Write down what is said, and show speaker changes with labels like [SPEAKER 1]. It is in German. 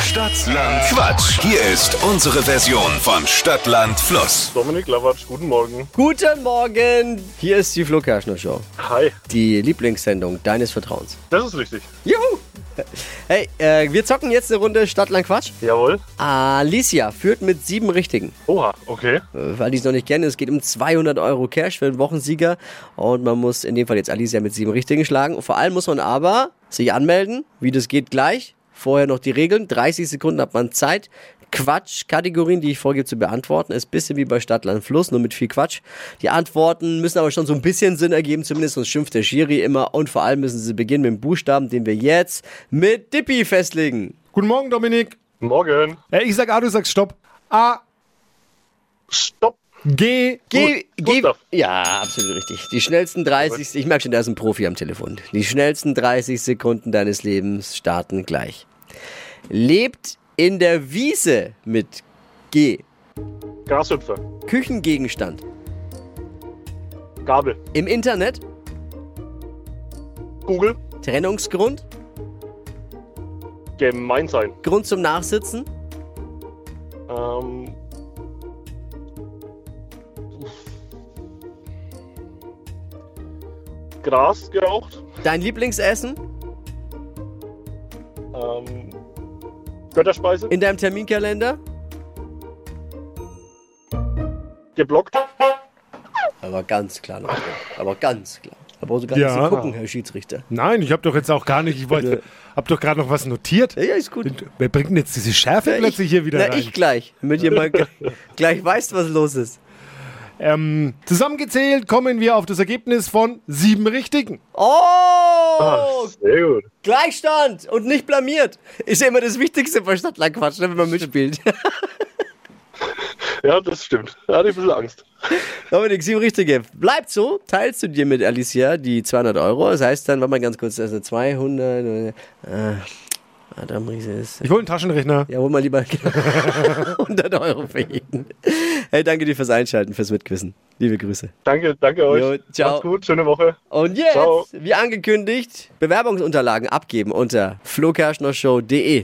[SPEAKER 1] Stadtland Quatsch. Hier ist unsere Version von Stadtland Fluss.
[SPEAKER 2] Dominik Lavatsch, guten Morgen.
[SPEAKER 3] Guten Morgen! Hier ist die Flo Kerschner Show,
[SPEAKER 2] Hi,
[SPEAKER 3] die Lieblingssendung deines Vertrauens.
[SPEAKER 2] das ist richtig.
[SPEAKER 3] Juhu! Hey, äh, wir zocken jetzt eine Runde Stadtland Quatsch.
[SPEAKER 2] Jawohl.
[SPEAKER 3] Alicia führt mit sieben Richtigen.
[SPEAKER 2] Oha, okay.
[SPEAKER 3] Äh, Weil die es noch nicht kennen, es geht um 200 Euro Cash für den Wochensieger. Und man muss in dem Fall jetzt Alicia mit sieben Richtigen schlagen. Und vor allem muss man aber sich anmelden. Wie das geht gleich. Vorher noch die Regeln. 30 Sekunden hat man Zeit. Quatsch-Kategorien, die ich vorgebe zu beantworten, ist ein bisschen wie bei Stadtland Fluss, nur mit viel Quatsch. Die Antworten müssen aber schon so ein bisschen Sinn ergeben, zumindest sonst schimpft der Schiri immer. Und vor allem müssen sie beginnen mit dem Buchstaben, den wir jetzt mit Dippi festlegen.
[SPEAKER 4] Guten Morgen, Dominik.
[SPEAKER 2] Morgen.
[SPEAKER 4] Äh, ich sag A, du sagst Stopp. A,
[SPEAKER 2] Stopp.
[SPEAKER 4] G,
[SPEAKER 3] Geh,
[SPEAKER 2] Gut,
[SPEAKER 3] geh,
[SPEAKER 2] Gustav.
[SPEAKER 3] ja, absolut richtig. Die schnellsten 30, ich merke schon, da ist ein Profi am Telefon. Die schnellsten 30 Sekunden deines Lebens starten gleich. Lebt in der Wiese mit G.
[SPEAKER 2] Grashüpfer.
[SPEAKER 3] Küchengegenstand.
[SPEAKER 2] Gabel.
[SPEAKER 3] Im Internet.
[SPEAKER 2] Google.
[SPEAKER 3] Trennungsgrund.
[SPEAKER 2] Gemein sein.
[SPEAKER 3] Grund zum Nachsitzen.
[SPEAKER 2] Ähm. Gras geraucht.
[SPEAKER 3] Dein Lieblingsessen.
[SPEAKER 2] Ähm. Götterspeise.
[SPEAKER 3] In deinem Terminkalender.
[SPEAKER 2] Geblockt.
[SPEAKER 3] Aber ganz klar noch. Aber ganz klar. Da brauchst du gar nicht
[SPEAKER 4] Ja.
[SPEAKER 3] zu gucken, Herr Schiedsrichter.
[SPEAKER 4] Nein, ich habe doch jetzt auch gar nicht, ich wollte, hab doch gerade noch was notiert.
[SPEAKER 3] Ja, ja, ist gut.
[SPEAKER 4] Und Wer bringt denn jetzt diese Schärfe plötzlich hier wieder
[SPEAKER 3] na,
[SPEAKER 4] rein?
[SPEAKER 3] ich gleich. Damit ihr mal g- gleich weißt, was los ist.
[SPEAKER 4] Ähm, zusammengezählt kommen wir auf das Ergebnis von sieben Richtigen.
[SPEAKER 3] Oh!
[SPEAKER 2] Sehr gut.
[SPEAKER 3] Gleichstand und nicht blamiert. Ist ja immer das Wichtigste bei Stadtlangquatsch, ne, wenn man mitspielt.
[SPEAKER 2] Ja, das stimmt. Da hatte ich ein bisschen Angst.
[SPEAKER 3] Dominik, sieben Richtige. Bleibt so. Teilst du dir mit Alicia die 200 Euro. Das heißt dann, warte mal ganz kurz, das ist eine 200. Äh, Adam Riese ist.
[SPEAKER 4] Ich hole einen Taschenrechner.
[SPEAKER 3] Ja, hol mal lieber 100 Euro für jeden. Hey, danke dir fürs Einschalten, fürs Mitquissen. Liebe Grüße.
[SPEAKER 2] Danke, danke euch.
[SPEAKER 3] Jo, ciao.
[SPEAKER 2] Macht's gut, schöne Woche.
[SPEAKER 3] Und jetzt,
[SPEAKER 2] Ciao.
[SPEAKER 3] wie angekündigt, Bewerbungsunterlagen abgeben unter flokerschnershow.de.